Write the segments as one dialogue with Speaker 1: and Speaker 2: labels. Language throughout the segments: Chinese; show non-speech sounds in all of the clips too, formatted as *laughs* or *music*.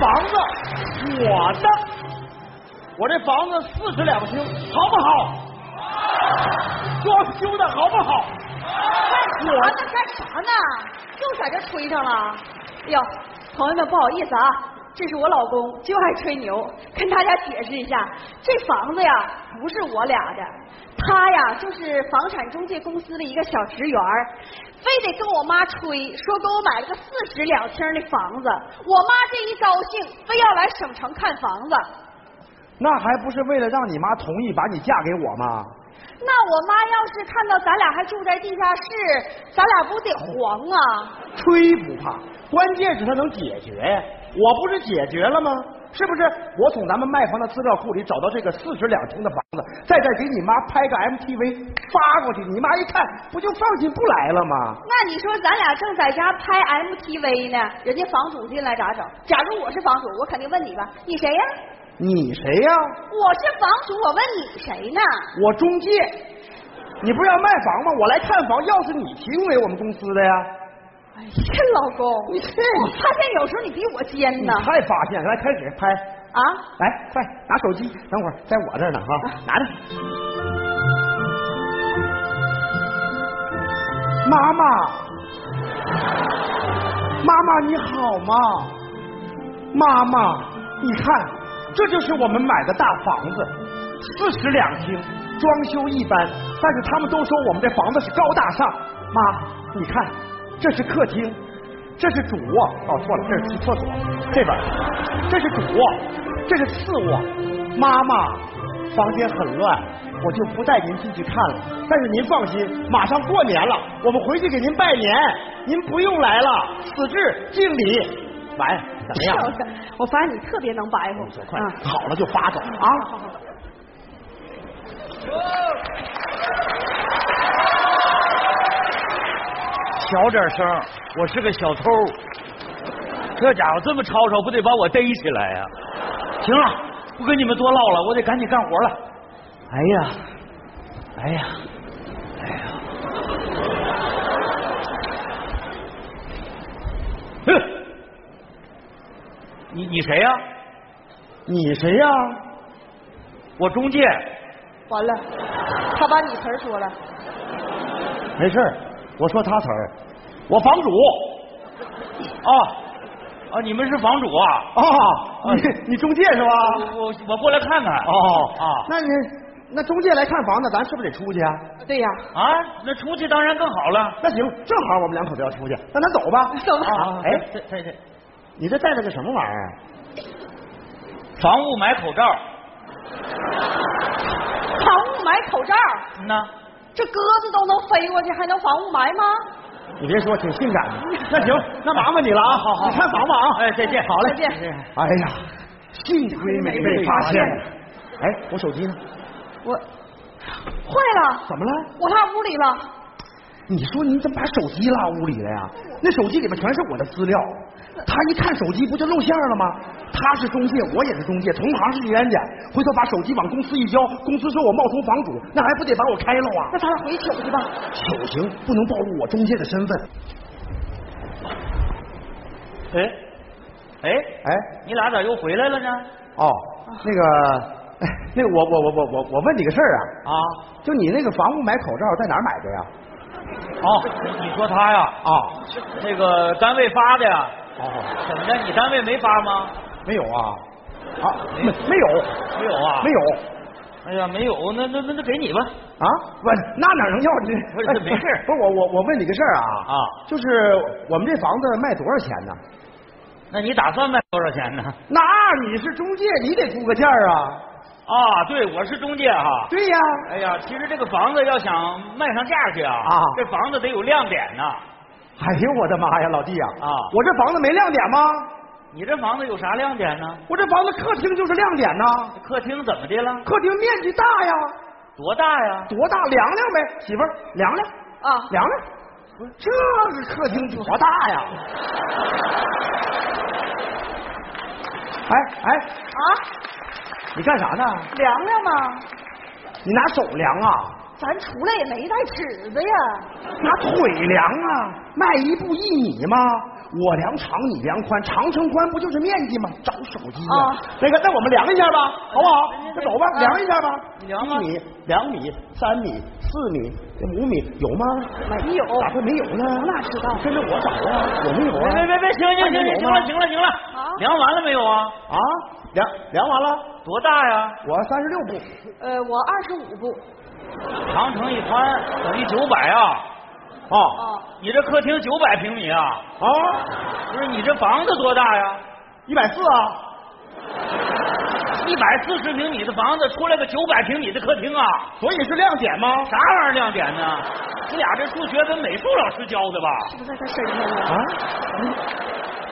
Speaker 1: 房子我的，我这房子四室两厅，好不好？装修的好不好？
Speaker 2: 干啥呢？干啥呢？又在这吹上了？哎呦，朋友们不好意思啊，这是我老公，就爱吹牛。跟大家解释一下，这房子呀不是我俩的，他呀就是房产中介公司的一个小职员儿，非得跟我妈吹，说给我买了个四室两厅的房子。我妈这一高兴，非要来省城看房子。
Speaker 1: 那还不是为了让你妈同意把你嫁给我吗？
Speaker 2: 那我妈要是看到咱俩还住在地下室，咱俩不得黄啊？
Speaker 1: 吹不怕，关键是它能解决呀！我不是解决了吗？是不是？我从咱们卖房的资料库里找到这个四室两厅的房子，再再给你妈拍个 MTV 发过去，你妈一看不就放心不来了吗？
Speaker 2: 那你说咱俩正在家拍 MTV 呢，人家房主进来咋整？假如我是房主，我肯定问你吧，你谁呀、
Speaker 1: 你谁呀、
Speaker 2: 我是房主，我问你谁呢？
Speaker 1: 我中介，你不是要卖房吗？我来看房，钥匙你提供给我们公司的呀。
Speaker 2: 哎呀，老公，
Speaker 1: 你这
Speaker 2: 我发现有时候你比我尖
Speaker 1: 你
Speaker 2: 呢
Speaker 1: 太发现了，来开始拍，
Speaker 2: 啊！
Speaker 1: 来快拿手机，等会儿在我这儿呢哈，拿着。妈妈，妈妈你好吗？妈妈，你看，这就是我们买的大房子，四室两厅，装修一般，但是他们都说我们这房子是高大上。妈，你看，这是客厅，这是主卧，哦错了，这是厕所，这边，这是主卧，这是次卧。妈妈，房间很乱，我就不带您进去看了。但是您放心，马上过年了，我们回去给您拜年，您不用来了。此致敬礼。喂，怎么样？
Speaker 2: 我发现你特别能白活
Speaker 1: 动作快，
Speaker 2: 啊
Speaker 1: 好了就发走啊！
Speaker 2: 好好好
Speaker 3: 小点声儿，我是个小偷。这家伙这么吵吵，不得把我逮起来呀、行了，不跟你们多唠了，我得赶紧干活了。哎呀，哎呀，哎呀！哼，你你谁呀、
Speaker 1: 你谁呀、
Speaker 3: 我中介。
Speaker 2: 完了，他把你词儿说了。
Speaker 1: 没事儿，我说他词儿。
Speaker 3: 我房主。啊啊，你们是房主啊？
Speaker 1: 哦，你 *laughs* 你中介是吧？
Speaker 3: 我我我过来看看。
Speaker 1: 哦
Speaker 3: 啊
Speaker 1: 那你那中介来看房子，咱是不是得出去啊？
Speaker 2: 对呀、
Speaker 3: 啊，那出去当然更好了。啊
Speaker 1: 那行，正好我们两口子要出去，那咱走吧。
Speaker 2: 走吧
Speaker 1: 啊
Speaker 3: 哎
Speaker 1: 哎，，
Speaker 3: 这这这，
Speaker 1: 你这戴了个什么玩意儿？啊
Speaker 3: 防雾霾口罩。
Speaker 2: 防雾霾口罩，
Speaker 3: 嗯呐，
Speaker 2: 这鸽子都能飞过去，还能防雾霾吗？
Speaker 1: 你别说，挺性感 *laughs* 的。那行，那麻烦你了啊！好好，你看房吧啊！
Speaker 3: 哎，再见。
Speaker 1: 好嘞。
Speaker 2: 再见。
Speaker 1: 哎呀，幸亏没被发现。哎，我手机呢？
Speaker 2: 我坏了，
Speaker 1: 怎么了？
Speaker 2: 我落屋里了。
Speaker 1: 你说你怎么把手机拉屋里了呀？那手机里面全是我的资料，他一看手机不就露馅了吗？他是中介，我也是中介，同行是冤家。回头把手机往公司一交，公司说我冒充房主，那还不得把我开了啊？
Speaker 2: 那咱俩回去去吧。
Speaker 1: 手行，不能暴露我中介的身份。
Speaker 3: 哎，哎，
Speaker 1: 哎，
Speaker 3: 你俩咋又回来了呢？
Speaker 1: 哦，那个，哎那个我我我我我我问你个事儿啊，
Speaker 3: 啊，
Speaker 1: 就你那个房屋买口罩在哪儿买的呀？
Speaker 3: 哦，你说他呀，
Speaker 1: 啊，
Speaker 3: 那个单位发的呀？
Speaker 1: 哦，
Speaker 3: 怎么的？你单位没发吗？
Speaker 1: 没有啊，啊，没没有，
Speaker 3: 没有啊？
Speaker 1: 没。有
Speaker 3: 哎呀，没有，那那那那给你吧。
Speaker 1: 啊，不，那哪能要你？哎
Speaker 3: 不是没事儿
Speaker 1: 不是我我我问你个事儿啊
Speaker 3: 啊
Speaker 1: 就是我们这房子卖多少钱呢？
Speaker 3: 那你打算卖多少钱呢？
Speaker 1: 那你是中介，你得估个价儿啊。
Speaker 3: 啊，对，我是中介哈。
Speaker 1: 对呀、
Speaker 3: 哎呀，其实这个房子要想卖上价去啊，
Speaker 1: 啊
Speaker 3: 这房子得有亮点呐。
Speaker 1: 哎呦我的妈呀，老弟呀、
Speaker 3: 啊
Speaker 1: 我这房子没亮点吗？
Speaker 3: 你这房子有啥亮点呢？
Speaker 1: 我这房子客厅就是亮点呐、
Speaker 3: 客厅怎么的了？
Speaker 1: 客厅面积大呀，
Speaker 3: 多大呀？
Speaker 1: 多大？量量呗，媳妇儿，量量，
Speaker 2: 啊，
Speaker 1: 量量。这个客厅多大呀？哎哎，
Speaker 2: 啊，
Speaker 1: 你干啥呢？
Speaker 2: 凉凉吗？
Speaker 1: 你拿手量啊？
Speaker 2: 咱出来也没带尺子呀。
Speaker 1: 拿腿量啊？迈一步一米吗？我量长，你量宽，长乘宽不就是面积吗？找手机呀、
Speaker 2: 啊
Speaker 1: 那个，那我们量一下吧，好不好？那走吧，
Speaker 2: 啊
Speaker 1: 嗯量一下吧。
Speaker 3: 你量吧
Speaker 1: 一米、两米、三米、四米、五米，有吗？
Speaker 2: 没有，
Speaker 1: 咋会没有呢？哦那知道，跟着我找啊，有没有
Speaker 3: 别
Speaker 1: 啊？
Speaker 3: 别别别，行行
Speaker 1: 那
Speaker 3: 行
Speaker 1: 你有
Speaker 3: 行行
Speaker 1: 吗
Speaker 3: 了行了行了
Speaker 2: 啊，
Speaker 3: 量完了没有啊？
Speaker 1: 啊，量量完了，
Speaker 3: 多大呀？
Speaker 1: 我三十六步，
Speaker 2: 呃，我二十五步，
Speaker 3: 长乘以宽等于九百啊！
Speaker 1: 啊
Speaker 2: 哦，
Speaker 3: 你这客厅九百平米啊？
Speaker 1: 啊，
Speaker 3: 不是你这房子多大呀？
Speaker 1: 一百四啊。
Speaker 3: 一百四十平米的房子出来个九百平米的客厅啊？
Speaker 1: 所以是亮点吗？
Speaker 3: 啥玩意儿亮点呢？你俩这数学跟美术老师教的吧？
Speaker 2: 是不是在他身上呢？
Speaker 1: 啊，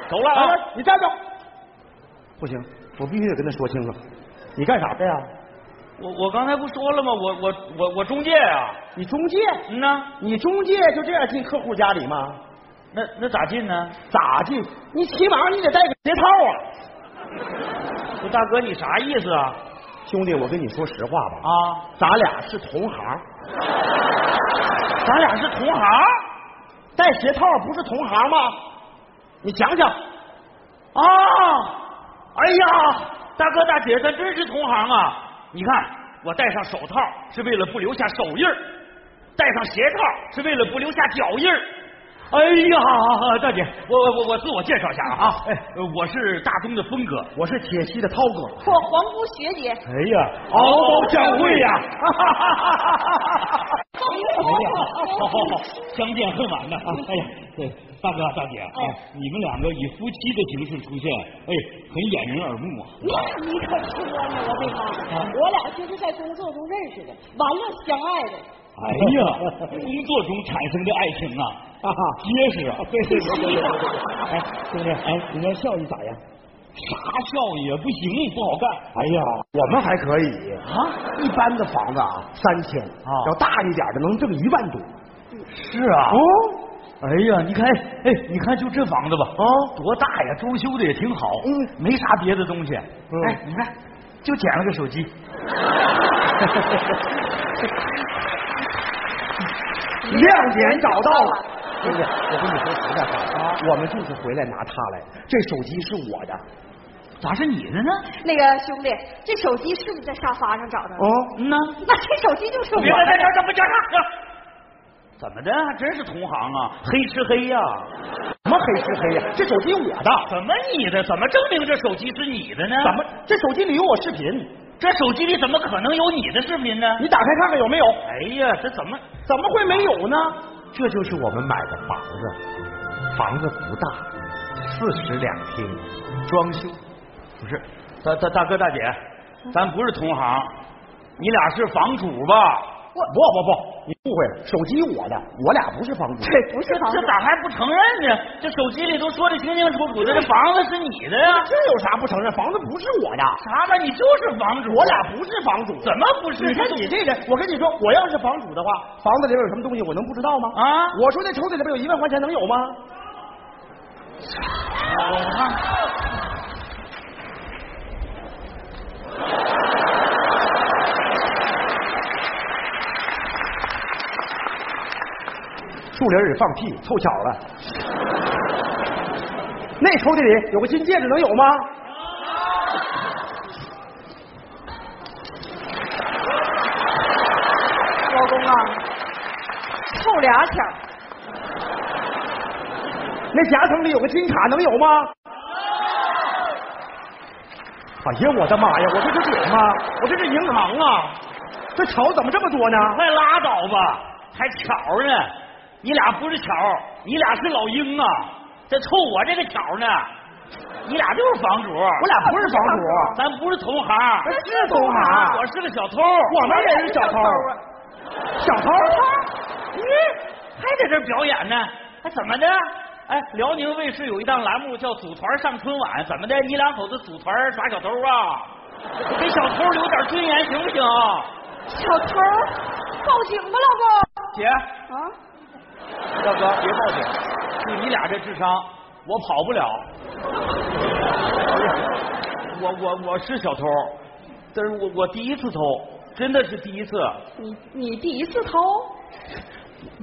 Speaker 3: 走了
Speaker 1: 来
Speaker 3: 啊！
Speaker 1: 来，你站住！不行，我必须得跟他说清楚。你干啥的呀？
Speaker 3: 我我刚才不说了吗？我我我我中介啊！
Speaker 1: 你中介？
Speaker 3: 嗯呐，
Speaker 1: 你中介就这样进客户家里吗？
Speaker 3: 那那咋进呢？
Speaker 1: 咋进？你起码你得带个鞋套啊！
Speaker 3: 不，大哥你啥意思啊？
Speaker 1: 兄弟，我跟你说实话吧，啊，
Speaker 3: 啊，
Speaker 1: 咱俩是同行，
Speaker 3: *laughs* 咱俩是同行
Speaker 1: 带鞋套不是同行吗？你想想，
Speaker 3: 啊！
Speaker 1: 哎呀，
Speaker 3: 大哥大姐，咱真是同行啊！你看，我戴上手套是为了不留下手印儿戴上鞋套是为了不留下脚印儿哎呀，大姐，我我我我自我介绍一下啊，哎，呃我是大东的峰哥。
Speaker 1: 我是铁西的涛哥。
Speaker 2: 我皇姑学姐，
Speaker 1: 哎呀，敖包相会 *laughs* 呀！
Speaker 3: 哎呀，好好好，哦相见恨晚呐！哎呀，对，大哥大姐，哎，你们两个以夫妻的形式出现，哎，很掩人耳目啊。
Speaker 4: 那你可说呢，我对妈，我俩就是在工作中认识的，完了相爱的。
Speaker 3: 哎呀，工作中产生的爱情啊，
Speaker 1: 哈哈，
Speaker 3: 结实啊！对对对对
Speaker 1: 哎，兄弟，哎，你那效益咋样？
Speaker 3: 啥效益啊？不行，不好干
Speaker 1: 哎呀，我们还可以，
Speaker 3: 啊！
Speaker 1: 一般的房子啊三千，
Speaker 3: 啊
Speaker 1: 要大一点的能挣一万多。
Speaker 3: 是啊
Speaker 1: 哦，
Speaker 3: 哎呀，你看，哎，你看就这房子吧，
Speaker 1: 啊
Speaker 3: 多大呀？装修的也挺好，
Speaker 1: 嗯
Speaker 3: 没啥别的东西。
Speaker 1: 嗯
Speaker 3: 哎，你看，就捡了个手机。
Speaker 1: 亮点找到了。
Speaker 2: 嗯
Speaker 1: 兄弟，我跟你说实在话哎啊，我们就是回来拿它来，这手机是我的。
Speaker 3: 哎咋是你的呢？
Speaker 2: 那个兄弟，这手机是你在沙发上找的？
Speaker 1: 哦，
Speaker 3: 嗯呐，
Speaker 2: 那这手机就是我
Speaker 3: 别别
Speaker 2: 的。
Speaker 3: 别别，怎么叫啥？怎么的？还真是同行啊，黑吃黑呀、
Speaker 1: 什么黑吃黑呀、这手机我的，
Speaker 3: 怎么你的？怎么证明这手机是你的呢？
Speaker 1: 怎么？这手机里有我视频？
Speaker 3: 这手机里怎么可能有你的视频呢？
Speaker 1: 你打开看看有没有？
Speaker 3: 哎呀，这怎么？
Speaker 1: 怎么会没有呢？这就是我们买的房子，房子不大，四室两厅，装修
Speaker 3: 不是，大大大哥大姐，哎咱不是同行，你俩是房主吧？
Speaker 1: 我不不不，你误会了，手机我的，我俩不是房主。
Speaker 2: 对，不是房子
Speaker 3: 这。咋还不承认呢？这手机里都说的清清楚楚的，这房子是你的呀？
Speaker 1: 这有啥不承认？房子不是我的，
Speaker 3: 啥吧？你就是房主，
Speaker 1: 我俩不是房主。
Speaker 3: 怎么不是？
Speaker 1: 你看
Speaker 3: 这
Speaker 1: 你这人，我跟你说，我要是房主的话，房子里边有什么东西，我能不知道吗？
Speaker 3: 啊
Speaker 1: 我说那抽屉里边有一万块钱，能有吗？
Speaker 3: 我看看。
Speaker 1: 树林里放屁，凑巧了。那抽屉里有个金戒指，能有吗？
Speaker 2: 老公啊，凑俩钱儿
Speaker 1: 那夹层里有个金卡，能有吗？哎呀，我的妈呀！我这是准吗？我这是银行啊！这瞅怎么这么多呢？
Speaker 3: 快拉倒吧，还巧呢？你俩不是巧，你俩是老鹰啊！这凑我这个巧呢？你俩就是房主，
Speaker 1: 我俩不是房主，啊
Speaker 3: 咱不是同行，
Speaker 1: 哎是同行啊
Speaker 3: 我是个小偷，
Speaker 1: 我们也是小偷，小偷。
Speaker 3: 你还在这儿表演呢？还怎么的？哎，辽宁卫视有一档栏目叫《组团上春晚》，怎么的？你两口子组团耍小偷啊？给小偷留点尊严行不行？
Speaker 2: 小偷儿报警吧，老
Speaker 3: 姐，
Speaker 2: 公。啊，
Speaker 3: 大哥别报警，就你俩这智商，我跑不了。我我我是小偷，但是我我第一次偷，真的是第一次。
Speaker 2: 你你第一次偷？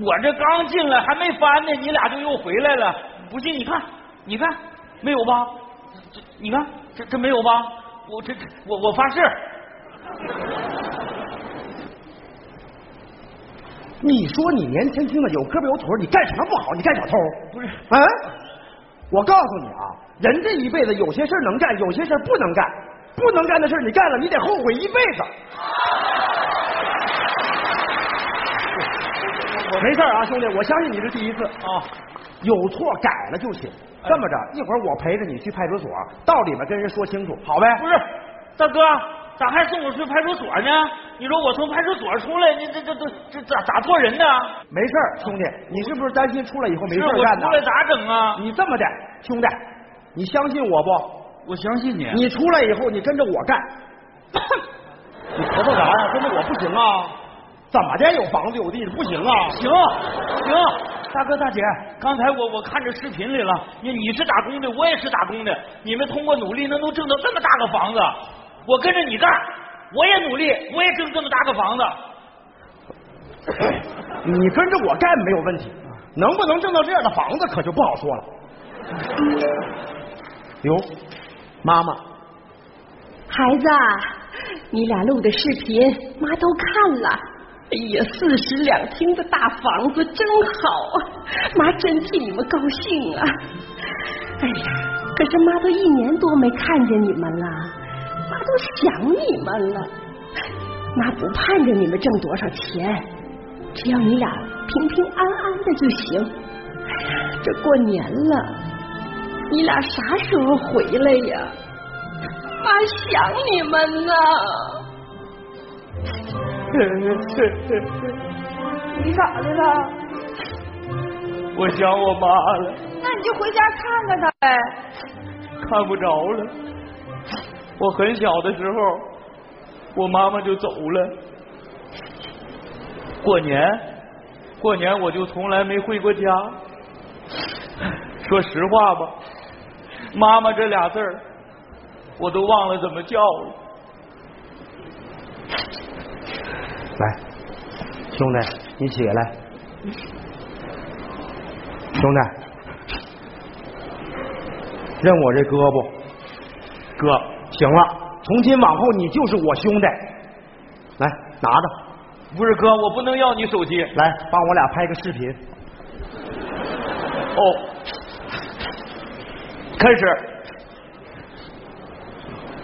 Speaker 3: 我这刚进来还没翻呢，你俩就又回来了。不信你看，你看没有吧？这你看这这没有吧？我这这我我发誓，
Speaker 1: 你说你年轻轻的有胳膊有腿儿，你干什么不好？你干小偷？
Speaker 3: 不是
Speaker 1: 啊！我告诉你啊，人这一辈子有些事儿能干，有些事儿不能干。不能干的事儿你干了，你得后悔一辈子。没事儿啊，兄弟，我相信你是第一次
Speaker 3: 啊，
Speaker 1: 有错改了就行。
Speaker 3: 哎
Speaker 1: 这么着，一会儿我陪着你去派出所，到里面跟人说清楚，好呗？
Speaker 3: 不是大哥，咋还送我去派出所呢？你说我从派出所出来，你这这这这咋咋做人呢？
Speaker 1: 没事儿，兄弟，你是不是担心出来以后没
Speaker 3: 是
Speaker 1: 事儿
Speaker 3: 我
Speaker 1: 干呢
Speaker 3: 出？来咋整啊？
Speaker 1: 你这么的，兄弟，你相信我不？
Speaker 3: 我相信你啊
Speaker 1: 你出来以后，你跟着我干。你咳嗽啥呀？跟着我不行啊！怎么的？有房子有地不行啊？
Speaker 3: 行行，大哥大姐，刚才我我看着视频里了，你你是打工的，我也是打工的，你们通过努力能都挣到这么大个房子，我跟着你干，我也努力，我也挣这么大个房子，
Speaker 1: 哎你跟着我干没有问题，能不能挣到这样的房子可就不好说了。哟，妈妈，
Speaker 5: 孩子啊，你俩录的视频妈都看了。哎呀，四室两厅的大房子真好，啊妈真替你们高兴啊！哎呀，可是妈都一年多没看见你们了，妈都想你们了。妈不盼着你们挣多少钱，只要你俩平平安安的就行。哎呀，这过年了，你俩啥时候回来呀？妈想你们呢。
Speaker 2: 你咋的了？
Speaker 3: *laughs* 我想我妈了，
Speaker 2: 那你就回家看看他呗。
Speaker 3: 看不着了。我很小的时候，我妈妈就走了。 *laughs* 过年，过年我就从来没回过家。说实话吧，妈妈这俩字儿，我都忘了怎么叫了。
Speaker 1: 来，兄弟，你起来。兄弟，认我这胳膊，哥，行了，从今往后你就是我兄弟。来，拿着。
Speaker 3: 不是哥，我不能要你手机。
Speaker 1: 来，帮我俩拍个视频。
Speaker 3: 哦，开始。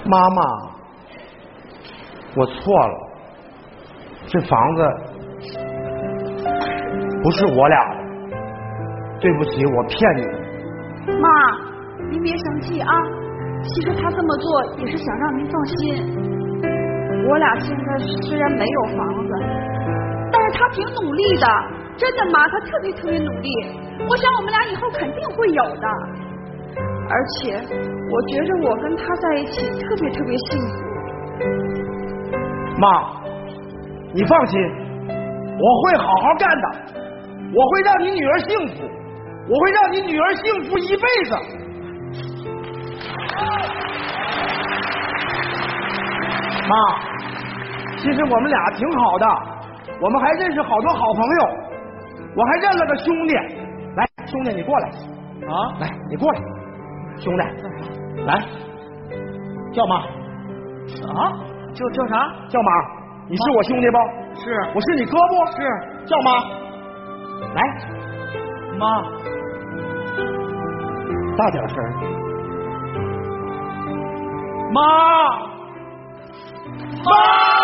Speaker 1: 妈妈，我错了，这房子不是我俩的，对不起，我骗你们。
Speaker 2: 妈，您别生气啊。其实他这么做也是想让您放心。我俩现在虽然没有房子，但是他挺努力的，真的妈，他特别特别努力。我想我们俩以后肯定会有的。而且我觉着我跟他在一起特别特别幸福。
Speaker 1: 妈，你放心，我会好好干的，我会让你女儿幸福，我会让你女儿幸福一辈子。妈，其实我们俩挺好的，我们还认识好多好朋友，我还认了个兄弟。来，兄弟你过来，
Speaker 3: 啊，
Speaker 1: 来你过来，兄弟，来，叫妈，
Speaker 3: 啊，叫叫啥？
Speaker 1: 叫妈，你是我兄弟不？
Speaker 3: 是
Speaker 1: 我是你哥不？是，叫妈。来，
Speaker 3: 妈，
Speaker 1: 大点声儿。
Speaker 3: 妈，妈。